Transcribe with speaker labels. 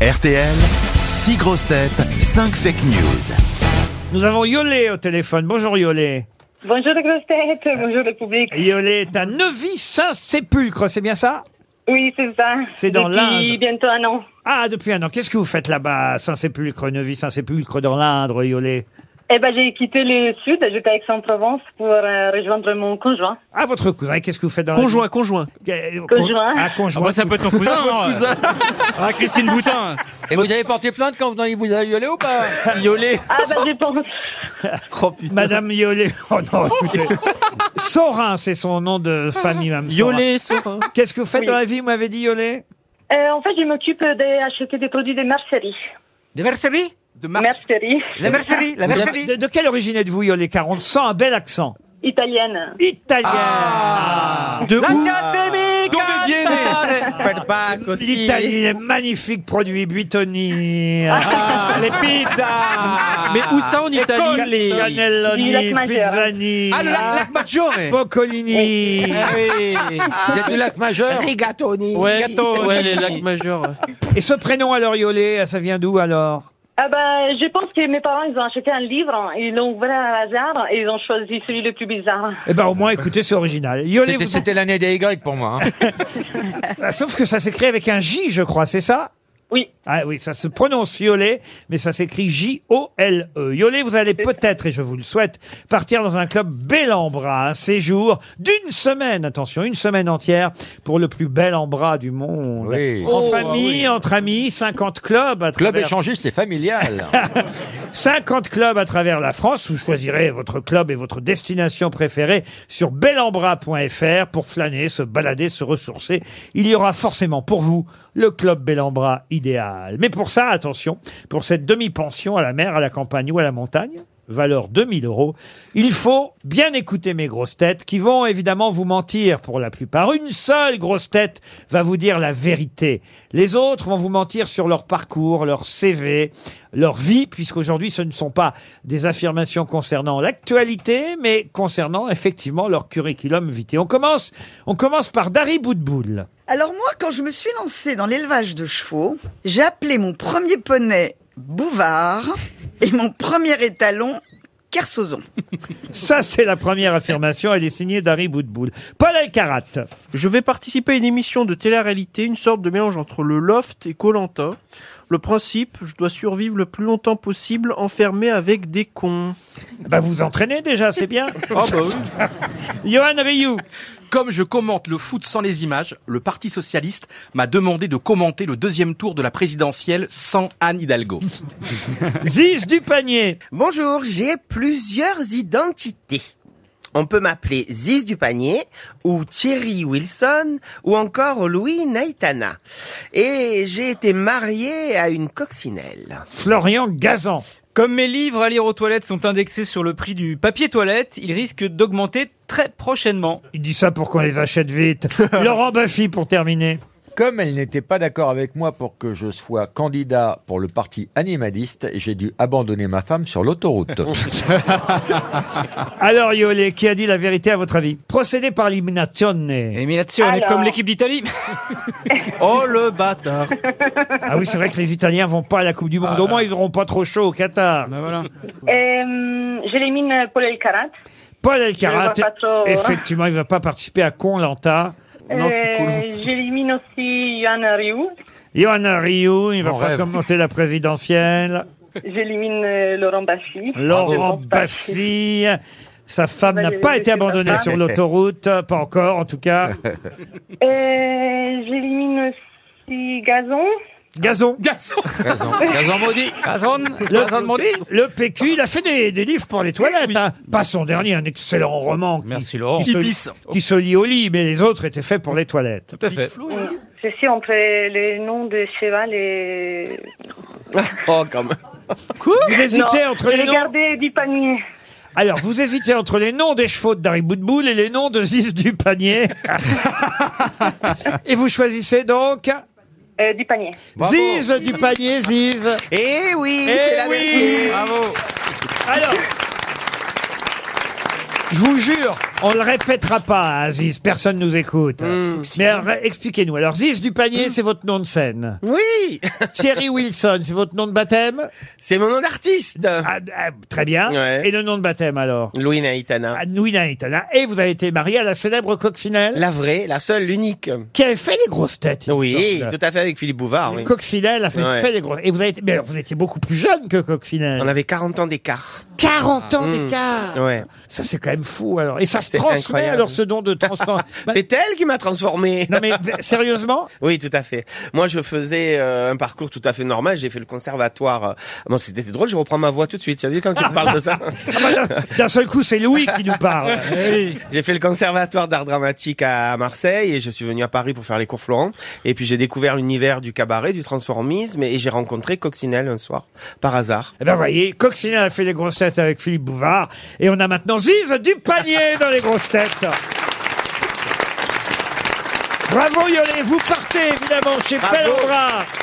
Speaker 1: RTL, 6 grosses têtes, 5 fake news.
Speaker 2: Nous avons Yolé au téléphone. Bonjour Yolé.
Speaker 3: Bonjour les grosses têtes,
Speaker 2: Euh,
Speaker 3: bonjour le public.
Speaker 2: Yolé est à Neuvy-Saint-Sépulcre, c'est bien ça
Speaker 3: Oui, c'est ça.
Speaker 2: C'est dans
Speaker 3: Depuis
Speaker 2: l'Inde.
Speaker 3: bientôt un an.
Speaker 2: Ah, depuis un an. Qu'est-ce que vous faites là-bas, à Saint-Sépulcre, Neuvy-Saint-Sépulcre, dans l'Indre, Yolé
Speaker 3: Eh ben, j'ai quitté le sud, j'étais à Aix-en-Provence pour euh, rejoindre mon conjoint.
Speaker 2: Ah, votre cousin, qu'est-ce que vous faites dans
Speaker 4: Conjoint, conjoint.
Speaker 2: la... Euh,
Speaker 3: Conjoint.
Speaker 2: Ah,
Speaker 4: Ah
Speaker 2: conjoint.
Speaker 4: bah ça peut être ton cousin. hein. Ah Christine Boutin.
Speaker 5: Et vous avez porté plainte quand vous avez violé ou pas
Speaker 4: Yolé.
Speaker 3: Ah bah je pense.
Speaker 4: Oh,
Speaker 2: Madame Yolé. Oh non, écoutez. Sorin, c'est son nom de famille, même.
Speaker 4: Yolé, Sorin.
Speaker 2: Qu'est-ce que vous faites
Speaker 3: Oui.
Speaker 2: dans la vie, vous m'avez dit Yolé
Speaker 3: Euh, en fait, je m'occupe d'acheter des produits de mercerie.
Speaker 5: Des merceries De
Speaker 3: Mercerie
Speaker 5: La mercerie, la mercerie.
Speaker 2: de, de quelle origine êtes-vous, Yolé Car on sent un bel accent.
Speaker 3: italienne.
Speaker 2: Italien.
Speaker 4: Ah. De où
Speaker 2: L'Italie, les magnifiques produits Buitoni.
Speaker 5: Ah,
Speaker 2: Ah,
Speaker 4: les pizzas. Mais où ça en Italie les...
Speaker 3: Du
Speaker 2: Cannelloni,
Speaker 3: lac Majeur.
Speaker 2: Pizzani,
Speaker 5: Ah, le lac, lac Maggiore
Speaker 2: Boccolini.
Speaker 4: Ah oui.
Speaker 5: Vous êtes du lac Major
Speaker 4: Ouais, ouais, les lacs majeurs.
Speaker 2: Et ce prénom alors, Yolé, ça vient d'où alors
Speaker 3: Ah bah, je pense que mes parents, ils ont acheté un livre, ils l'ont ouvert à hasard et ils ont choisi celui le plus bizarre.
Speaker 2: Eh ben au moins, écoutez, c'est original. Yolé,
Speaker 5: C'était-
Speaker 2: vous...
Speaker 5: C'était l'année des Y pour moi. hein.
Speaker 2: Ah, sauf que ça s'écrit avec un J, je crois, c'est ça
Speaker 3: Oui.
Speaker 2: Ah oui, ça se prononce Yolé, mais ça s'écrit J-O-L-E. Yolé, vous allez peut-être, et je vous le souhaite, partir dans un club bel en bras, un séjour d'une semaine, attention, une semaine entière, pour le plus bel en bras du monde.
Speaker 5: Oui.
Speaker 2: En famille, entre amis, 50 clubs à
Speaker 5: Club
Speaker 2: travers-
Speaker 5: échangiste, c'est familial.
Speaker 2: 50 clubs à travers la France. Vous choisirez votre club et votre destination préférée sur belambra.fr pour flâner, se balader, se ressourcer. Il y aura forcément pour vous le club Bellambra idéal. Mais pour ça, attention, pour cette demi-pension à la mer, à la campagne ou à la montagne, valeur 2000 euros, il faut bien écouter mes grosses têtes qui vont évidemment vous mentir pour la plupart. Une seule grosse tête va vous dire la vérité. Les autres vont vous mentir sur leur parcours, leur CV, leur vie, puisqu'aujourd'hui ce ne sont pas des affirmations concernant l'actualité, mais concernant effectivement leur curriculum vitae. On commence, on commence par Dari Boudboul.
Speaker 6: Alors moi, quand je me suis lancée dans l'élevage de chevaux, j'ai appelé mon premier poney Bouvard et mon premier étalon Kersozon.
Speaker 2: Ça, c'est la première affirmation. Elle est signée Dari Boudboul. Paul Elkarat.
Speaker 4: Je vais participer à une émission de télé-réalité, une sorte de mélange entre le loft et Colanta. Le principe, je dois survivre le plus longtemps possible enfermé avec des cons.
Speaker 2: Bah, vous entraînez déjà, c'est bien.
Speaker 4: Ah bah oui.
Speaker 2: Johan Rioux.
Speaker 7: Comme je commente le foot sans les images, le Parti socialiste m'a demandé de commenter le deuxième tour de la présidentielle sans Anne Hidalgo.
Speaker 2: Ziz du panier.
Speaker 8: Bonjour, j'ai plusieurs identités. On peut m'appeler Ziz du panier ou Thierry Wilson ou encore Louis Naitana. Et j'ai été marié à une coccinelle.
Speaker 2: Florian Gazan.
Speaker 9: Comme mes livres à lire aux toilettes sont indexés sur le prix du papier toilette, ils risquent d'augmenter très prochainement.
Speaker 2: Il dit ça pour qu'on les achète vite. Laurent Baffy pour terminer.
Speaker 5: Comme elle n'était pas d'accord avec moi pour que je sois candidat pour le parti animaliste, j'ai dû abandonner ma femme sur l'autoroute.
Speaker 2: Alors, Yolé, qui a dit la vérité à votre avis Procédé par l'imminazione.
Speaker 9: Élimination, on est
Speaker 3: Alors.
Speaker 9: comme l'équipe d'Italie.
Speaker 4: Oh le bâtard.
Speaker 2: Ah oui, c'est vrai que les Italiens vont pas à la Coupe du Monde. Au moins, ils n'auront pas trop chaud au Qatar.
Speaker 9: Bah voilà.
Speaker 3: Euh, J'élimine Paul Elkarat.
Speaker 2: Paul Elkarat,
Speaker 3: Je le vois pas trop. hein.
Speaker 2: effectivement, il va pas participer à Conlanta.
Speaker 4: Non, c'est cool.
Speaker 3: Euh, J'élimine aussi Yann Rioux.
Speaker 2: Johan Rioux, il va
Speaker 5: Mon
Speaker 2: pas
Speaker 5: rêve.
Speaker 2: commenter la présidentielle.
Speaker 3: J'élimine euh, Laurent Baffy.
Speaker 2: Laurent
Speaker 3: Bravo.
Speaker 2: Baffy. Sa femme
Speaker 3: Bah,
Speaker 2: n'a
Speaker 3: j'ai-
Speaker 2: pas
Speaker 3: j'ai
Speaker 2: été
Speaker 3: fait ma
Speaker 2: abandonnée
Speaker 3: femme.
Speaker 2: sur l'autoroute, pas encore en tout cas.
Speaker 3: Euh, J'élimine aussi Gazon.
Speaker 2: Gazon,
Speaker 5: Gazan Gazan maudit
Speaker 9: Gazon,
Speaker 2: Le-
Speaker 9: Gazon maudit.
Speaker 2: le PQ, il a fait des, des livres pour les toilettes. hein. Pas son dernier, un excellent roman qui,
Speaker 9: Merci Laurent.
Speaker 2: qui se,
Speaker 7: Ibis.
Speaker 2: qui se lit au lit, mais les autres étaient faits pour les toilettes.
Speaker 9: Tout à fait.
Speaker 3: Je suis entre les noms de cheval et...
Speaker 8: Oh, quand même.
Speaker 2: Vous hésitez
Speaker 3: Non,
Speaker 2: entre les
Speaker 3: j'ai
Speaker 2: noms
Speaker 3: gardé du panier.
Speaker 2: Alors, vous hésitez entre les noms des chevaux de Dari Boudboul et les noms de Ziz du panier. et vous choisissez donc
Speaker 3: Euh, du panier.
Speaker 2: Ziz du panier, Ziz.
Speaker 8: Eh oui, c'est
Speaker 2: Eh
Speaker 8: la
Speaker 2: oui
Speaker 9: Bravo.
Speaker 2: Alors, je vous jure On le répétera pas, hein, Aziz. Personne nous écoute.
Speaker 8: Hmm.
Speaker 2: Mais alors, expliquez-nous. Alors, Ziz du panier, c'est votre nom de scène.
Speaker 8: Oui
Speaker 2: Thierry Wilson, c'est votre nom de baptême
Speaker 8: C'est mon nom d'artiste
Speaker 2: Ah. Très bien.
Speaker 8: Ouais.
Speaker 2: Et le nom de baptême alors
Speaker 8: Louis Naïtana.
Speaker 2: Nouina Itana. Et vous avez été marié à la célèbre coccinelle
Speaker 8: La vraie, la seule, l'unique.
Speaker 2: qui avait fait les grosses têtes. il me
Speaker 8: Oui,
Speaker 2: semble.
Speaker 8: tout à fait avec Philippe Bouvard. oui.
Speaker 2: Coccinelle a fait,
Speaker 8: Ouais.
Speaker 2: fait les grosses. Et vous avez été- mais alors, vous étiez beaucoup plus jeune que Coccinelle.
Speaker 8: On avait 40 ans d'écart.
Speaker 2: 40 ans
Speaker 8: Mm.
Speaker 2: d'écart.
Speaker 8: Ouais.
Speaker 2: Ça c'est quand même fou alors. Et ça se
Speaker 8: C'est
Speaker 2: transmet
Speaker 8: incroyable.
Speaker 2: alors ce don de transformation.
Speaker 8: C'est elle qui m'a transformé.
Speaker 2: Bah. non mais v- sérieusement,
Speaker 8: Oui, tout à fait. Moi, je faisais euh, un parcours tout à fait normal. J'ai fait le conservatoire. euh. Bon, c'était drôle. Je reprends ma voix tout de suite. Tu as vu quand tu parles de ça
Speaker 2: Ah, bah, d'un seul coup c'est Louis qui nous parle.
Speaker 8: J'ai fait le conservatoire d'art dramatique à Marseille et je suis venu à Paris pour faire les cours Florent. Et puis j'ai découvert l'univers du cabaret, du transformisme et j'ai rencontré Coccinelle un soir par hasard.
Speaker 2: Eh ben voyez, Coccinelle a fait les grosses têtes avec Philippe Bouvard et on a maintenant Ziz du panier dans les grosses têtes. Bravo Yolé, vous partez évidemment chez
Speaker 8: Bravo.
Speaker 2: Pellora